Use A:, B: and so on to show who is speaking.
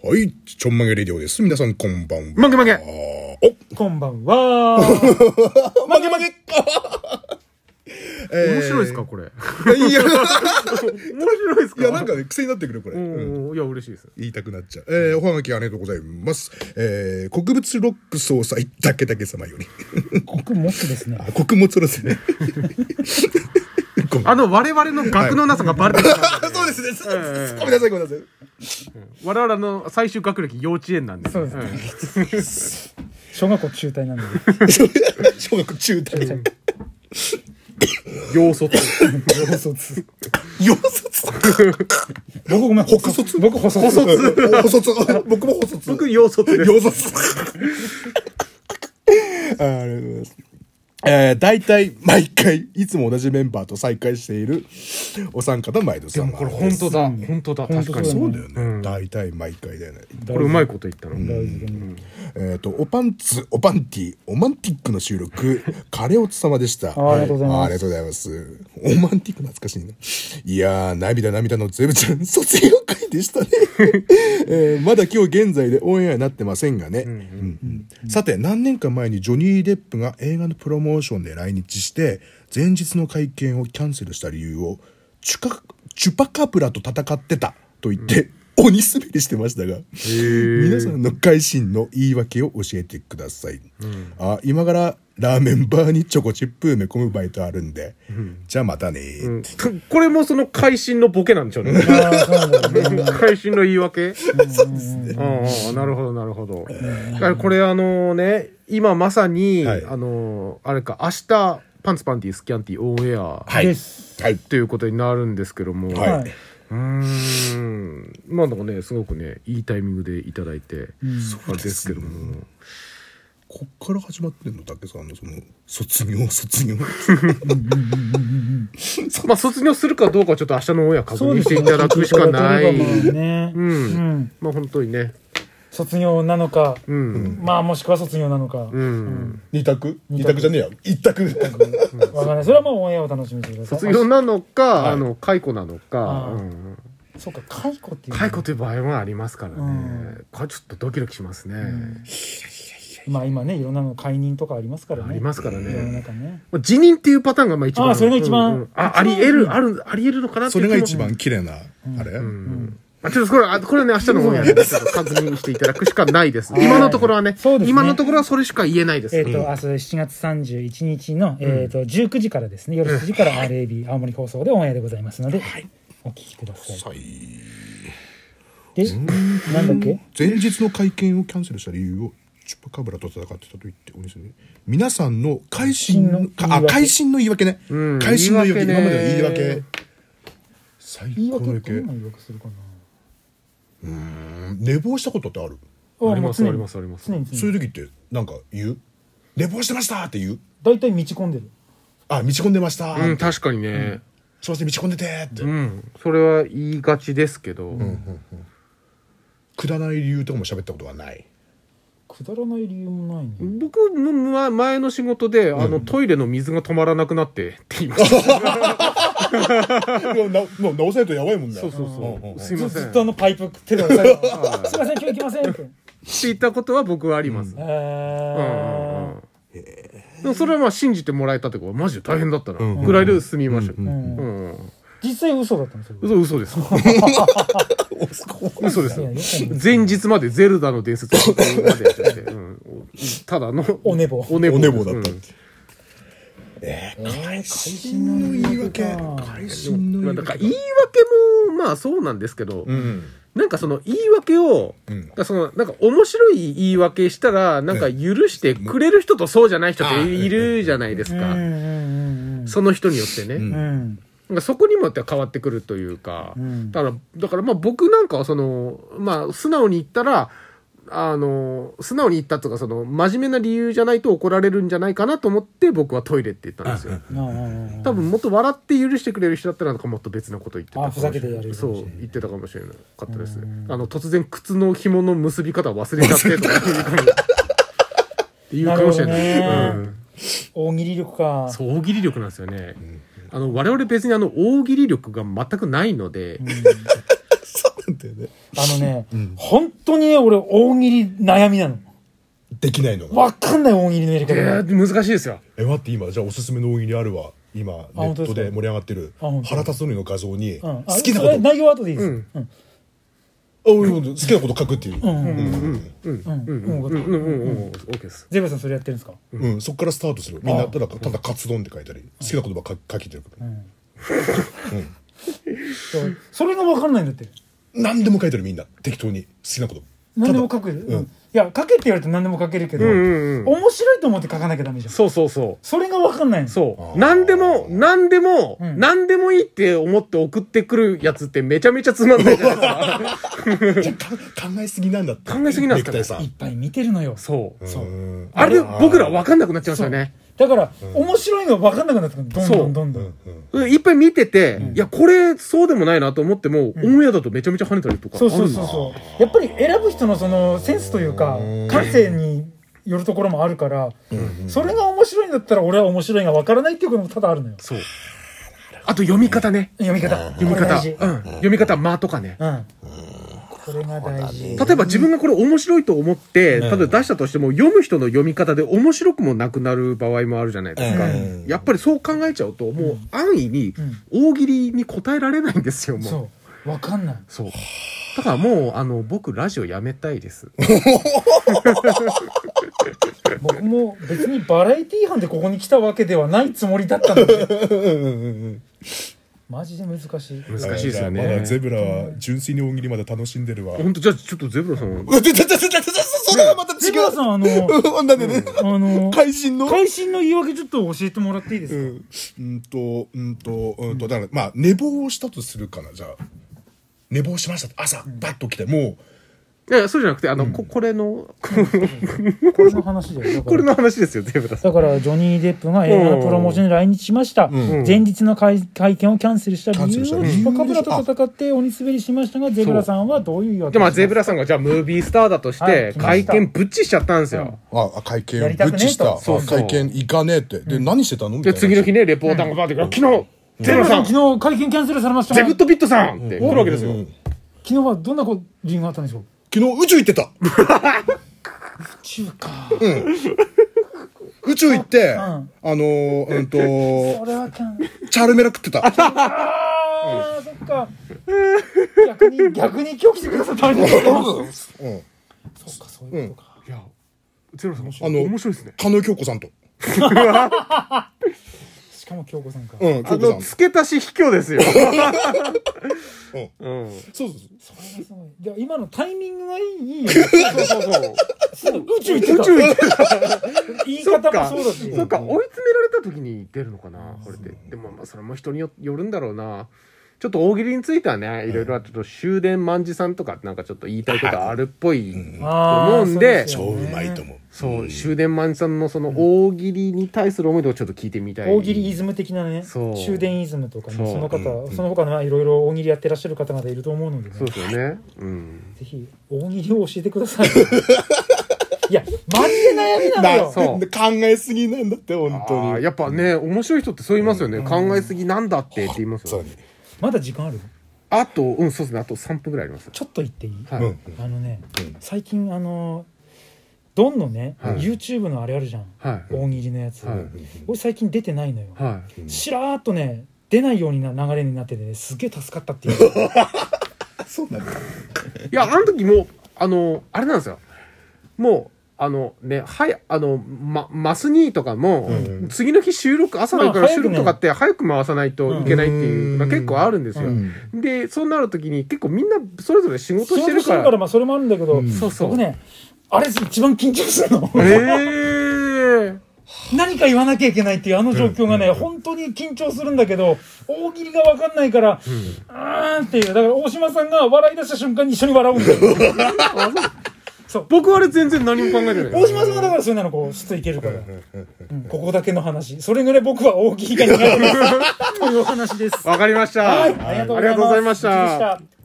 A: はい、ちょんまげレディオです。皆さんこんばんは。
B: まげまげ
A: あーお
B: こんばんは。
A: まげまげ
B: 面
A: 面
B: 白いですかこれ。 面
A: いや、い
B: 白いですか
A: や、なんかね、癖になってくる、これ。う
B: う
A: ん
B: んうんいや、嬉しいです。
A: 言いたくなっちゃう。えー、おはがきありがとうございます。えー、国物ロック総裁、だけだけ様より。
C: 国持つですね。
A: あ、国物ですね。ごめん
B: あの、我々の額のなさがバレてきた。
A: あそうですね。そう
B: うんうんうん
A: ごめんなさい、ごめんなさい。
B: 我々の最終学歴幼稚園なんで。
C: そうですね
B: ん
C: 小学校中退なんで。
A: 小学中退。
B: 幼卒。
C: 補卒。
A: 幼卒
C: 僕ごめん、
A: 北卒
C: 僕補卒。
A: うん補卒。僕も補卒。
B: 僕幼卒です。
A: 洋卒あーありがとうございます。えー、大体、毎回、いつも同じメンバーと再会しているお三方、毎度
B: で
A: 様
B: もこれ本当だ。本当だ。確かに。
A: そう
B: こ
A: だよね。大体、毎回だよね。
B: れうまいこと言った
C: 大
B: な。
C: 事だね
A: えっ、と、おパンツ、おパンティ、おマンティックの収 録、カレオツ様でした。
C: ありがとうございま
A: あ
C: す
A: りがとうございます。おマンティック懐かしいな。いやー、涙涙のゼブちゃん、卒業会でしたね、 えーまだ今日現在でオンエアになってませんがね。うんうんさて、何年か前にジョニー・デップが映画のプロモーションで来日して、前日の会見をキャンセルした理由を、チュカ、チュパカブラと戦ってたと言って、鬼滑りしてましたが、皆さんの改心の言い訳を教えてください、あ今からラーメンバーにチョコチップ埋め込むバイトあるんで、じゃあまたね、
B: うんこれもその会心のボケなんでしょうね。
C: ああ、そうなんだね。
B: 会心の言い 訳うんうんなるほど、なるほど。だからこれあのね、今まさに、
A: はい
B: あの、あれか、明日、パンツパンティスキャンティオンエア
A: はい
C: です。
A: はい
B: ということになるんですけども、
A: はい
C: はい。
B: うーん、まあなんかね、すごくね、いいタイミングでいただいて、あれですけども、
A: こっから始まってんのだけさんのその卒業卒業
B: まあ卒業するかどうかはちょっと明日のオンエア確
C: そう
B: 認
C: で
B: し
C: す
B: て
C: ね
B: いただくしかない。
C: ね。
B: うん
C: うん。
B: まあ本当にね、
C: 卒業なのか、
B: うん、
C: まあもしくは卒業なのか。
B: う
C: わ
B: ん、
A: 二択二択じゃねえや一択
C: かんない。それはまあオンエアを楽しみにしてください。
B: 卒業なのか、
A: はい
B: あの解雇なのか、
C: あ
B: う
C: ー
B: ん
C: そうか、解雇っていう。
B: 解雇という場合もありますからね、
C: うん
B: これちょっとドキドキしますね、
C: まあ今ね、いろんなの解任とかありますからね。
B: ありますからね
C: 世の中ね。
B: まあ辞任っていうパターンがまあ一番
C: あーそれが一番
B: うんうんああり得るあるあり得るのかなって
A: そ
B: い
A: れ
B: う気も
A: が一、番綺麗な、あれ、
B: うんまあ、ちょっとこれあこれはね明日のオンエアでちょっと確認していただくしかない です
C: い
B: 今のところはね
C: そうですね
B: 今のところはそれしか言えないです、
C: えっ、と、あ、それ7月31日の、えっ、と、19時からですね、夜7時から RAB、青森放送でオンエアでございますので、お聞きくださ
A: は
C: い。
A: い
C: で、なんだっけ
A: 前日の会見をキャンセルした理由をチュパカブラと戦ってたと言って鬼ですね皆さんの会心の
C: 会心の言い
A: あ
C: 訳
A: 会心の言い訳ね、
B: うん
A: 会心の言い訳
B: 言
A: 今まで
B: い訳
A: の
B: ね
A: 言い訳最
C: 言い
A: 高
C: 訳
A: の
C: どんな言い訳するかな
A: うん寝坊したことってある、
B: あります
C: もう常に
B: ありますあります
C: 常に
A: そ
C: 常
A: う
C: に。
A: いう時ってなんか言う寝坊してましたって言う
C: 大体道込んでる。
A: あ道込んでました、
B: うん確かにね、
A: すいません道込んでてーって、
B: うんそれは言いがちですけど、
A: くだらない理由とかも喋ったことがない
C: くだらない理由もないね。
B: 僕のま前の仕事で、あのトイレの水が止まらなくなってって言いました
A: もうなもう直せないとやばいもんだ
B: そうそう
A: うん
B: そ
A: ん
B: う。
A: ん
B: すい
C: ず
B: ません。
C: ず
B: っ
C: ってとあのパイプ手で押さえて、すいません、今日行きませんって。
B: 言ったことは僕はあります。
C: え
B: うんうんう
C: ー
B: んでもそれはまあ信じてもらえたってことマジで大変だったな。
A: うん
B: ぐらいで済みました。う。
A: うん
C: うん実際嘘だったんですよ。
B: 嘘、嘘です。嘘です
C: いやよくない
B: 前日までゼルダの伝説を聞くまでやっちゃって、うんただの、
C: おねぼ
B: おねぼ。
A: お寝坊だったって、
B: うん
A: えー、会心の言い訳
C: 会心の言い訳
A: 会心の
B: ま
A: 言
B: あ
A: い
B: だから
A: 訳
B: 言い訳も、まあそうなんですけど、
A: うん
B: なんかその言い訳を、
A: うん
B: だからそのなんか面白い言い訳したら、なんか許してくれる人とそうじゃない人っているじゃないです
C: うんう
B: か。
C: んうん
B: その人によって
A: ん
B: ね。
C: うん。うん。
B: なんかそこにもよっては変わってくるというか、
C: うん
B: だから、だからまあ僕なんかはその、まあ素直に言ったら、あの、素直に言ったとか、その、真面目な理由じゃないと怒られるんじゃないかなと思って僕はトイレって言ったんですよ。
C: ああ
B: 多分もっと笑って許してくれる人だったらなんかもっと別のこと言ってたかもしれない
C: あふざけてやるか
B: そ、
C: もしれないう
B: 言ってたかもしれなかったですね。あの、突然靴の紐の結び方忘れちゃってとか 言うかもっていうかもしれない。
C: なるほどね
B: うん
C: 大喜利力か。
B: そう大喜利力なんですよね、あの我々別にあの大喜利力が全くないので、
C: うん
A: そうなんだよね。
C: あのね、
A: ん
C: 本当にね、俺、大喜利悩みなの。
A: できないのが。
C: わかんない大喜利のやり方
B: え
C: が。
B: ー難しいですよ。
A: え、待って、今、じゃあおすすめの大喜利あるわ。今、ネ
C: 本
A: ッ
C: 当です
A: ト
C: か
A: で盛り上がってる
C: あ本当
A: 腹立つのの画像に、
C: うん
A: 好
C: あ
A: きなこ
C: それ
A: と、あ
C: 内容は後でいいです。うん。うん。
A: 俺も好きなこと書くっていう。
C: うん。うん。
B: うん。
C: う
B: うんん。
C: う
B: うんん。
C: うん
B: うん。うん。うん。OK です。
C: ゼブさんそれやってるんですか
A: うん、そっからスタートする。みんな、ただ、ただ、カツ丼って書いたり、好きなことばっか書きてるから。
C: そうそれがわかんないんだって。
A: 何でも書いてるみんな、適当に。好きなこと。
C: 何でも書く。
A: ただ
C: う
A: うんん
C: い。や、書けって言われて何でも書けるけど、
B: んうん
C: 面白いと思って書かなきゃダメじゃん。
B: そうそうそう。
C: それがわかんないの。
B: そ
A: あー
B: う。何でも、何でも、
C: ん
B: 何でもいいって思って送ってくるやつってめちゃめちゃつまんないじゃないですか。
A: じゃあか考えすぎなんだって。
B: 考えすぎなん
A: ネ
B: です
A: ク
B: か
A: タイさ
B: ね
C: いっ
A: ん。
C: ぱい見てるのよ。
B: そう。
C: そう
A: うん
B: あれで僕ら分かんなくなっちゃうんですよね。
C: だから、面白いのが分かんなくなってくる。どんどんどんどん。
B: いっぱい見てて、いや、これ、そうでもないなと思っても、オンエアだとめちゃめちゃ跳ねたりとか。
C: そうそうそうそう。やっぱり選ぶ人のそのセンスというか、感性によるところもあるから、それが面白いんだったら俺は面白いが分からないっていうことも多々あるのよ。
B: そう。あと読み方ね。
C: 読み方。
B: 読み
C: これ
B: 方。
C: 大
B: う
C: 事
B: ん。読み方、間とかね。
C: うん。これが大事。
B: 例えば自分がこれ面白いと思って、例えば出したとしても、読む人の読み方で面白くもなくなる場合もあるじゃないですか。
A: うん
B: やっぱりそう考えちゃうと、もう安易に大喜利に答えられないんですよ、もう。そう。
C: そう。わかんない。
B: だからもう、あの、僕、ラジオやめたいです。
C: 僕も別にバラエティー班でここに来たわけではないつもりだった ので。マジで難しい。
B: 難しいですよ
A: まだ
B: ね。
A: ゼブラは純粋に大喜利まだ楽しんでるわ。
B: 本当じゃあ、ちょっとゼブラさん。
A: うわ出た出た出た出たそれはまた違
C: ゼブラさん、あの、
A: う。うん、なんでね。
C: あの、
A: 会心の
C: 会心の言い訳ちょっと教えてもらっていいですか、
A: うんと、うんと、うんと、だから、まあ、寝坊をしたとするかな、じゃあ。寝坊しました。朝、バッと起きて、も
B: いや、そうじゃなくて、あの、こ、これの、
C: これの話だよ。だから
B: これの話ですよ、ゼブラさん。
C: だから、ジョニー・デップが映画のプロモーションに来日しました。前日の会会見をキャンセルした理由を、
A: キャンセルした理由
C: チュパカブラと戦って鬼滑りしましたが、ゼブラさんはどういう言い訳
B: で、
C: を
B: まあ、
C: し
B: ゼブラさんが、じゃあ、ムービースターだとし
C: はい
B: て、
C: 来まし
B: 会
C: た
B: 見ぶっちしちゃったんですよ。
A: う、あ、あ会見
C: やりたく
A: ぶっ
C: ねえと
A: ちした。
B: そう
A: あ会見行かねえって。で、何してたのみたい
B: で、
A: な。
B: 次の日ね、レポーターがバーって来て、昨日、ゼ
C: ゼ
B: ブラ
C: ブラ
B: さ
C: さ
B: ん
C: ん、、昨日会見キャンセルされましたが
B: ゼグッドビットさんって来るわけですよ。
C: 昨日はどんなこ理由があったんでしょう
A: 昨日、宇宙行ってた。
C: 中華。
A: 宇宙行って、
C: ん
A: あのー、うんと、
C: それはキャン。
A: チャールメラ食ってた。
C: ああ、そっか。逆に、逆に今日来てくださったんです
A: うん。
C: そっか、そういうことか。
B: いや、ゼブラさん、
A: あの
B: 面白いですね。
A: 加納京子さんと。
C: しかも京子さんか。
A: うん、
B: あ
A: 京
B: の、
A: 子さ
B: 付け足し卑怯ですよ。
A: ん。うん。
B: うん。
A: そうそうそう。
C: それがすごい。で今のタイミングがいい よ。
B: そうそうそう。
C: 宇宙行って
B: 宇
C: た
B: 宙行ってた。
C: 言い
B: そっ
C: 方も
B: か
C: そうだし。
B: そっか、追い詰められた時に出るのかな、これって。でも、まあ、それも人によよるんだろうな。ちょっと大喜利についてはね、いろいろあってちょっと終電万事さんとか、なんかちょっと言いたいことあるっぽい。
C: あー
B: 思うんで
C: そ
A: 超
C: う
A: う
C: すよね
A: まいと思う。
B: そう、終電万事さんのその大喜利に対する思いとかちょっと聞いてみたい。
C: 大喜利イズム的なね
B: そう
C: 終電イズムとかね
B: そう
C: その方その他のまあいろいろ大喜利やってらっしゃる方々いると思うので
B: そう
C: ね
B: ですよね。うん。
C: ぜひ大喜利を教えてく ださいいやマジで悩みなのよ
B: だそう
A: 考えすぎなんだって、本
B: あ
A: 当
B: ー
A: に。
B: やっぱね、面白い人ってそう言いますよね。考えすぎなんだってって言います
A: そ
B: よ
A: う。ね。
C: まだ時間ある
B: あと、うん、そうですね。あと3分ぐらいあります。
C: ちょっと言っていい
B: は
A: う
B: い
A: ん。
C: あのね最近あのドンのね YouTube のあれあるじゃん
B: はい。
C: 大喜利のやつ
B: はい
C: 俺最近出てないのよ
B: はい。
C: しらーっとね出ないようにな流れになっててねすげえ助かった っていう
A: そうなんだ。
B: いや、あの時もう、あの、あれなんですよ。もう、あのね、はい、あの、ま、マスニーとかも、次の日収録、朝だか
C: まあ
B: ら収録
C: 早くね
B: とかって早く回さないといけないっていうのが結構あるんですよ
C: う。
B: で、そうなるときに結構みんなそれぞれ仕事してるか
C: そうしてるから
B: ら。
C: まあそれもあるんだけど
B: そうそう。
C: 僕ねあれ一番緊張するの
B: えー
C: 何か言わなきゃいけないっていうあの状況がね、本当に緊張するんだけど大喜利が分かんないから、うーんっていうだから大島さんが笑い出した瞬間に一緒に笑うんだよ
B: 僕はあれ全然何も考えてない。
C: 大島さんがだからそういうなのこうスッといけるから、うんここだけの話それぐらい僕は大喜利が苦手です というお話です
B: わかりました。
C: はい
B: ありがとうございまし
C: ありがとうござい
B: た
C: ま。した